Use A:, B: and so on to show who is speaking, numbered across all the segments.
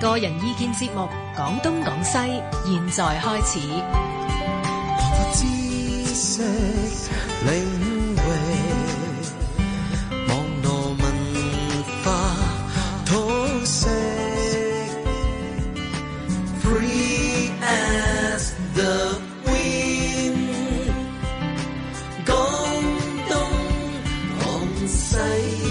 A: 個人意見節目《講東講西》，現在開始。
B: 知識領域，網絡文化通識，Free as the wind，講東講西。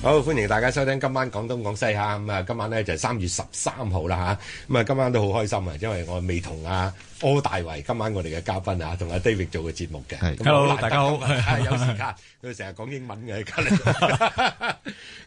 C: 好，歡迎大家收聽今晚廣東廣西嚇，咁啊今晚咧就係三月十三號啦嚇，咁啊今晚都好開心啊，因為我未同阿柯大為今晚我哋嘅嘉賓啊，同阿 David 做嘅節目嘅。
D: 係
C: 咁
E: Hello，
C: 好難得
E: 大家好
C: 係有時 間，佢成日講英文嘅喺隔離。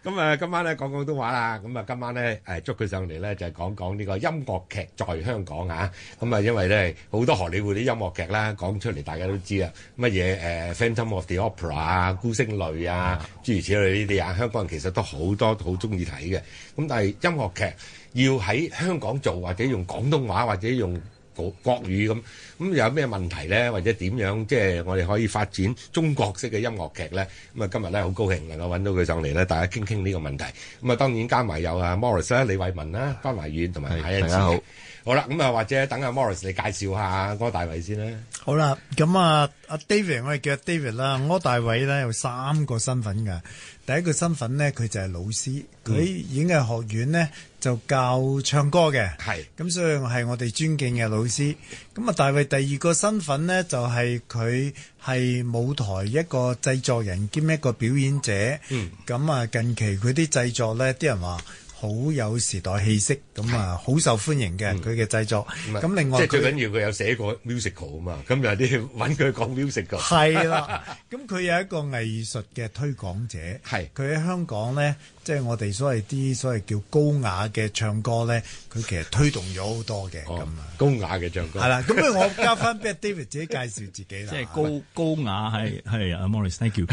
C: 咁啊今晚咧講廣東話啦，咁啊今晚咧誒捉佢上嚟咧就係講講呢個音樂劇在香港啊，咁啊因為咧好多荷里活啲音樂劇啦，講出嚟大 家都知啊，乜嘢誒 Phantom of the Opera 啊、孤星淚啊，諸如此類呢啲啊，香港人其實都好多都好中意睇嘅。咁但係音樂劇要喺香港做，或者用廣東話，或者用國國語咁，咁有咩問題咧？或者點樣即係我哋可以發展中國式嘅音樂劇咧？咁啊，今日咧好高興能夠揾到佢上嚟咧，大家傾傾呢個問題。咁啊，當然加埋有啊 Morris 啦、李慧文啦、關懷遠同埋
D: 係
C: 馬恩
D: 大
C: 賜
D: 家好
C: 嘅。好啦，咁啊，或者等阿 Morris 你介紹下柯大為先啦。
F: 好啦，咁啊，阿 David 我哋叫阿 David 啦，柯大偉咧有三個身份㗎。第一個身份咧，佢就係老師，
C: 嗯
F: 佢演藝學院咧就教唱歌嘅，
C: 係
F: 咁所以係我哋尊敬嘅老師。咁啊，大衛第二個身份呢，就係佢係舞台一個製作人兼一個表演者。
C: 嗯
F: 咁啊，近期佢啲製作呢，啲人話好有時代氣息，咁啊好受歡迎嘅佢嘅製作。
C: 嗯咁啊
F: 咁另外
C: 即係
F: 佢
C: 最緊要佢有寫過 musical 啊嘛，咁有啲 揾佢講 musical。
F: 係啦， 咁佢有一個藝術嘅推廣者，
C: 係
F: 佢喺香港呢，即係我哋所謂啲所謂叫高雅嘅唱歌呢，佢其實推動咗好多嘅咁
C: 哦
F: 啊，，
C: 高雅嘅唱歌。
F: 係啦，咁不如我交翻俾阿 David 自己介紹自己啦，
E: 即係高高雅係係啊，Morris，thank you。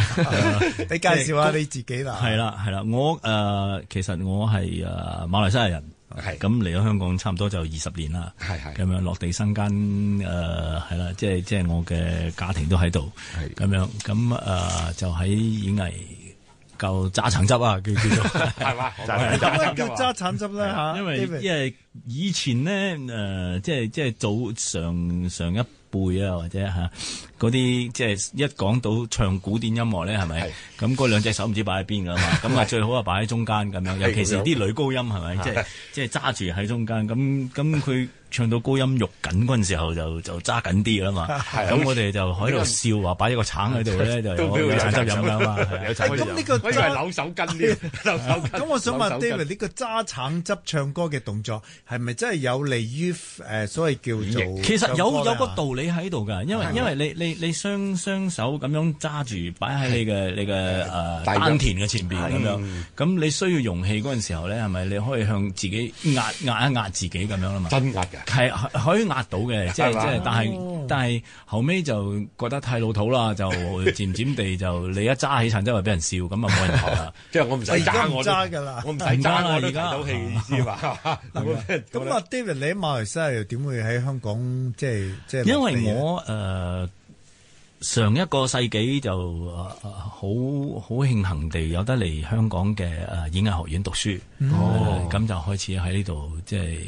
F: 你介紹下你自己啦，
E: 係，啦係啦，我誒、呃其實我係誒、呃、馬來西亞人，
C: 係
E: 咁嚟咗香港差唔多就二十年啦，
C: 係係
E: 咁樣落地生根誒係啦，即係即係我嘅家庭都喺度，
D: 係
E: 咁樣咁誒、呃就喺演藝夠揸橙汁啊，叫叫做。
C: 係嘛？
F: 咁啊叫揸橙汁啦嚇，
E: 啊因為
F: David
E: 因為以前咧誒、呃即係即係早上上一輩啊，或者嚇嗰啲即係一講到唱古典音樂咧，係咪
C: 係？
E: 咁嗰兩隻手唔知擺喺邊㗎嘛，咁啊最好啊擺喺中間咁樣，尤其是啲女高音係咪？即係即係揸住喺中間，咁咁佢唱到高音肉緊嗰陣時候就就揸緊啲㗎啦嘛。
C: 係
E: 咁我哋就喺度笑話擺一個橙喺度咧，就
C: 都
E: 有
C: 俾佢
E: 有橙汁
C: 有
E: 飲㗎嘛。係啊
C: 有橙汁
F: 咁呢個
C: 我以為扭手巾添，扭手巾。
F: 咁我想問
C: 扭手巾
F: David 呢個揸橙汁唱歌嘅動作係咪真係有利於誒所謂叫做
E: 其實有
F: 唱歌
E: 有
F: 呢
E: 個道理喺度㗎，因為因為你你你雙雙手咁樣揸住擺喺你嘅你嘅誒
C: 大腳
E: 丹田嘅前邊咁樣，咁你需要容器嗰陣時候咧，係咪你可以向自己壓壓一壓自己咁樣啊啦嘛？
C: 真壓㗎。
E: 係可以壓到嘅，即係
C: 係
E: 即
C: 嘛
E: 係，但係但係後尾就覺得太老土啦，就 漸漸地就你一揸起層真係俾人笑，咁啊冇人學啦。
C: 即係我唔使揸我都
F: 我而家唔揸㗎啦
C: 我唔使揸我都睇到戲嘅意思嘛。
F: 咁啊，David，你喺馬來西亞又點會喺香港即係即係
E: 因
F: 落地
E: 為
F: 咧？
E: 我誒、呃上一個世紀就呃呃好好慶幸地有得嚟香港嘅誒、呃演藝學院讀書，哦，咁就開始喺呢度即係。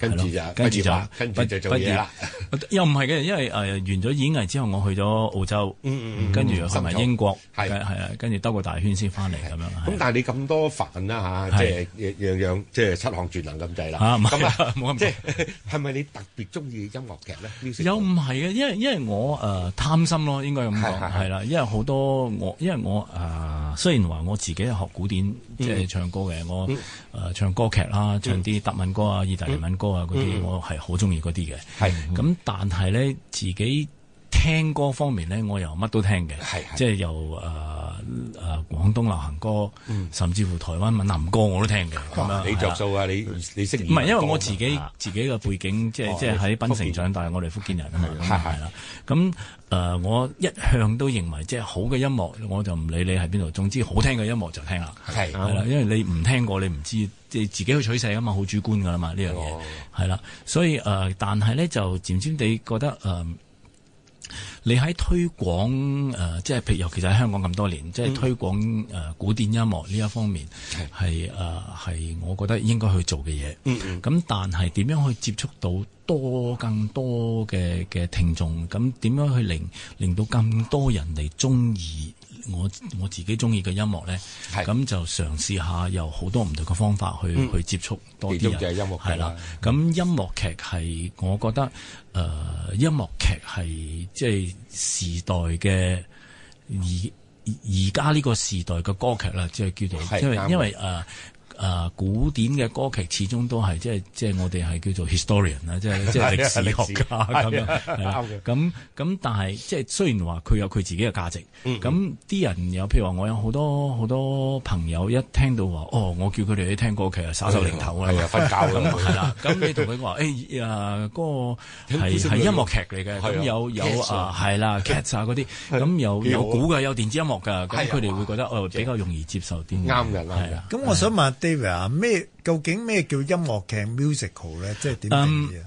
C: 跟住
E: 係
C: 就
E: 咯跟
C: 畢
E: 住
C: 業
E: 就
C: 啦跟住就做嘢啦。
E: 畢畢業又唔係嘅，因為誒、呃完咗演藝之後，我去咗澳洲，
C: 嗯嗯嗯
E: 跟住又去埋英國，
C: 深
E: 係
C: 造係
E: 係啊，跟住兜個大圈先翻嚟咁樣。
C: 咁
E: 係
C: 但係你咁多飯啦嚇，即係
E: 係
C: 樣樣即係七項全能咁滯啦。
E: 啊唔係
C: 咁啊，
E: 冇咁
C: 即係係咪你特別中意音樂劇咧？
E: 又唔係嘅，因為因為我誒、呃、貪心咯，應該咁
C: 係係
E: 講
C: 係
E: 係啦。因為好多我，因為我誒、呃、雖然話我自己係學古典
C: 嗯
E: 即係唱歌嘅，我誒、呃唱歌劇啦，唱啲德文歌啊、意大利文歌啊嗰
C: 嗯
E: 啲，我係好中意嗰啲嘅。
C: 係
E: 咁，但係咧自己聽歌方面咧，我又乜都聽嘅
C: 係係，
E: 即係由誒誒廣東流行歌，甚至乎台灣閩南歌我都聽嘅。咁樣
C: 嗯你
E: 係
C: 着
E: 啦
C: 數啊！你你識
E: 唔係，因為我自己自己嘅背景，即
C: 哦
E: 係即係喺檳城長大，我哋福建人啊嘛，咁啊係啦。咁誒、呃我一向都認為，即係好嘅音樂，我就唔理你喺邊度，總之好聽嘅音樂就聽啦。
C: 係
E: 係啦，因為你唔聽過，你唔知，即係自己去取捨啊嘛，好主觀噶啦嘛呢樣
C: 哦
E: 嘢，係啦，所以誒、呃但係咧就漸漸地覺得誒、呃你喺推廣誒、呃即係譬如尤其是喺香港咁多
C: 嗯
E: 年，即係推廣誒、呃古典音樂呢一方面係誒呃係我覺得應該去做嘅嘢。
C: 嗯嗯
E: 咁但係點樣去接觸到多更多嘅嘅聽眾？咁點樣去令令到更多人嚟中意我我自己中意嘅音樂呢？
C: 係
E: 咁就嘗試下有好多唔同嘅方法去、
C: 嗯
E: 去接觸多
C: 其
E: 啲
C: 中
E: 人。
C: 就係音樂劇
E: 係
C: 啦
E: 啦，咁音樂劇係我覺得誒、呃音樂劇係即係時代嘅而而家呢個時代嘅歌劇啦，即係叫做
C: 係啱
E: 因為
C: 啊嘅
E: 因為誒。呃誒、呃古典嘅歌劇始終都係即係即係我哋係叫做 historian 啦，即係即係歷史
C: 啊歷史
E: 學家咁
C: 係
E: 樣
C: 啊
E: 係啦
C: 啱嘅。
E: 咁咁但係即係雖然話佢有佢自己嘅價值，
C: 嗯
E: 咁啲人有譬如話我有好多好多朋友一聽到話哦，我叫佢哋去聽歌劇啊，耍手擰頭啦
C: 係。啊，瞓覺 咁
E: 係啦，咁你同佢話，誒誒嗰個
C: 聽古
E: 係
C: 色
E: 係
C: 古
E: 音
C: 香
E: 樂劇嚟嘅，
C: 係啊
E: 咁有有
C: Cats 啊
E: 啊 係啦，cats 啊嗰啲，咁有
C: 幾好啊
E: 有鼓嘅，有電子音樂㗎，
C: 係啊
E: 咁佢哋會覺得哦比較容易接受啲。
C: 啱嘅啱
E: 係
C: 嘅
E: 啊。
F: 咁我想問下 David 啊，咩究竟咩叫音樂劇 musical 咧？即係點定義啊？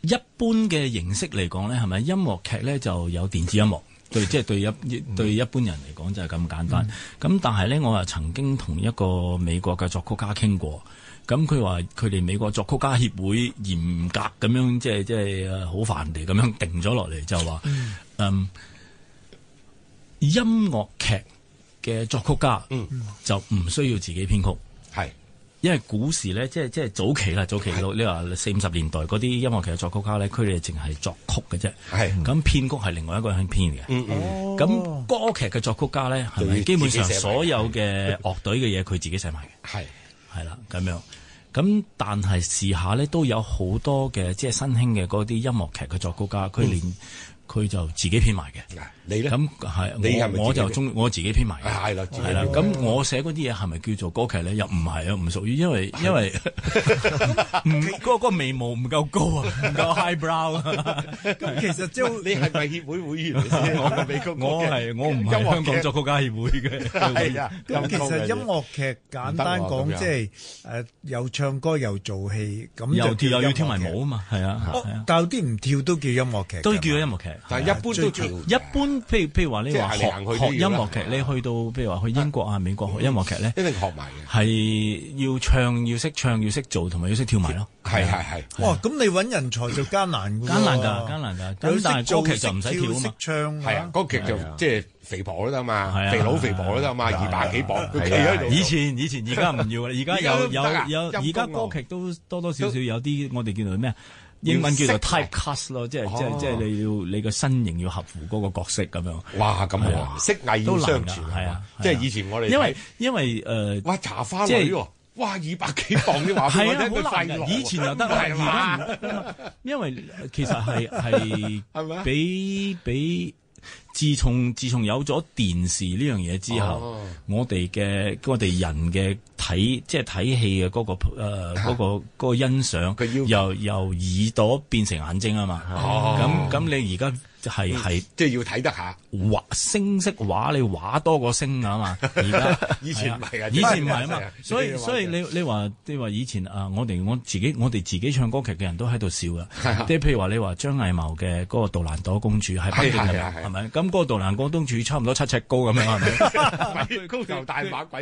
E: 一般嘅形式嚟講咧，係咪音樂劇咧就有電子音樂？對，即係對一對一般人嚟講就係咁簡單。咁、但係咧，我又曾經同一個美國嘅作曲家傾過，咁佢話佢哋美國作曲家協會嚴格咁樣，即係即係呃好煩地咁樣定咗落嚟，就話嗯音樂劇嘅作曲家
C: 嗯
E: 就唔需要自己編曲。
C: 係
E: 因為古時咧，即係即係早期啦，早期到你話四五十年代嗰啲音樂劇嘅作曲家咧，佢哋淨係作曲嘅啫。
C: 係
E: 咁編曲係另外一個人編嘅。
C: 嗯嗯
E: 咁歌劇嘅作曲家咧，係
C: 就要
E: 咪基本上
C: 自己寫埋
E: 所有嘅樂隊嘅嘢佢自己寫埋嘅？
C: 係
E: 係啦，咁樣。咁但係時下咧都有好多嘅即係新興嘅嗰啲音樂劇嘅作曲家，佢
C: 嗯
E: 連佢就自己編埋嘅。
C: 嗱，你咧
E: 咁係
C: 嗯你係咪自己
E: 我我就
C: 編
E: 中我自己編埋嘅。
C: 係啦，自己
E: 係啦，咁我寫嗰啲嘢係咪叫做歌劇咧？又唔係啊，唔屬於，因為因為唔嗰個眉毛唔夠高啊，唔夠 high brow 啊。
F: 咁其實即係
C: 你係咪協會會員嚟先？我係美國國
E: 我
C: 嘅
E: 係我唔
C: 音
E: 係
C: 樂
E: 香港
C: 劇
E: 作曲家協會嘅。
C: 係啊，
F: 咁其
C: 陰公
F: 實
C: 嘅
F: 音樂劇簡單
C: 唔
F: 講，
C: 得喎咁樣
F: 即係誒又唱歌又做戲，咁
E: 又
F: 就叫
E: 跳又要
F: 音樂
E: 跳埋
F: 劇
E: 舞啊。嘛，係啊，係
F: 哦
E: 啊，
F: 但有啲唔跳都叫音樂劇㗎嘛，
E: 都叫音樂劇。
C: 但係
E: 係啊
C: 一般
F: 最
C: 都
F: 最
C: 跳嘅，
E: 一般，譬如譬如話你話
C: 即係行嚟行去都要
E: 學學音樂劇
C: 啦，嗯
E: 你去到譬如話去英國啊、美國學音樂劇咧，
C: 一定學埋嘅，
E: 係要唱要識唱要識做，同埋要識跳埋咯。
C: 係係係。
F: 哇！咁你揾人才就艱難㗎喎，
E: 艱難㗎艱難㗎咁
F: 有識
E: 但係
F: 做
E: 歌劇就唔使
F: 識
E: 跳啊嘛
F: 識唱
C: 係啊，嗰劇就即係肥婆都得嘛
E: 係，啊
C: 肥佬肥婆都得嘛，
E: 係啊
C: 二百幾磅，佢企
E: 係啊
C: 喺度。
E: 以前以前而家唔 要啦，而家
C: 而家都
E: 有
C: 唔得啊
E: 有有，而
C: 陰
E: 家
C: 公啊
E: 歌劇都多多少少有啲我哋叫做咩啊？英文叫
C: 要
E: 做
C: 識埋
E: typecast 咯，即係
C: 哦
E: 即係即係你要你個身形要合乎嗰個角色咁樣。
C: 哇咁
E: 係
C: 啊
E: 啊，
C: 色藝要相傳
E: 都難㗎係啊
C: 即
E: 係
C: 係
E: 啊
C: 以前我哋
E: 因為
C: 睇
E: 因為呃誒
C: 哇茶花
E: 即
C: 女
E: 係
C: 喎，哇二百幾磅你話俾我
E: 係
C: 聽佢
E: 啊，好難
C: 廢
E: 㗎
C: 落
E: 以前又得啦，
C: 係嘛
E: 而家唔得啦嘛。因為其實 係係
C: 係咪啊
E: 俾俾自從自從有咗電視呢樣嘢之後，
C: 哦
E: 我哋嘅我哋人嘅睇即係睇戲嘅嗰個誒呃嗰、個嗰個欣
C: 佢要
E: 賞，由由耳朵變成眼睛啊嘛。
C: 哦
E: 咁咁、你而家係係
C: 即係要睇得下。
E: 畫聲色畫，你畫多過聲啊嘛。而家
C: 以前唔係啊
E: 以前唔係啊嘛
C: 真係啊。
E: 所以
C: 真係啊
E: 所以你你話你話以前啊，我哋我自己我哋自己唱歌劇嘅人都喺度笑
C: 啊
E: 噶。即係譬如話你話張藝謀嘅嗰個杜蘭朵公主係北京
C: 係係
E: 人，
C: 係係
E: 係咪？咁嗰個杜蘭朵公主差唔多七尺高咁樣，係咪？
C: 鬼高頭大馬鬼。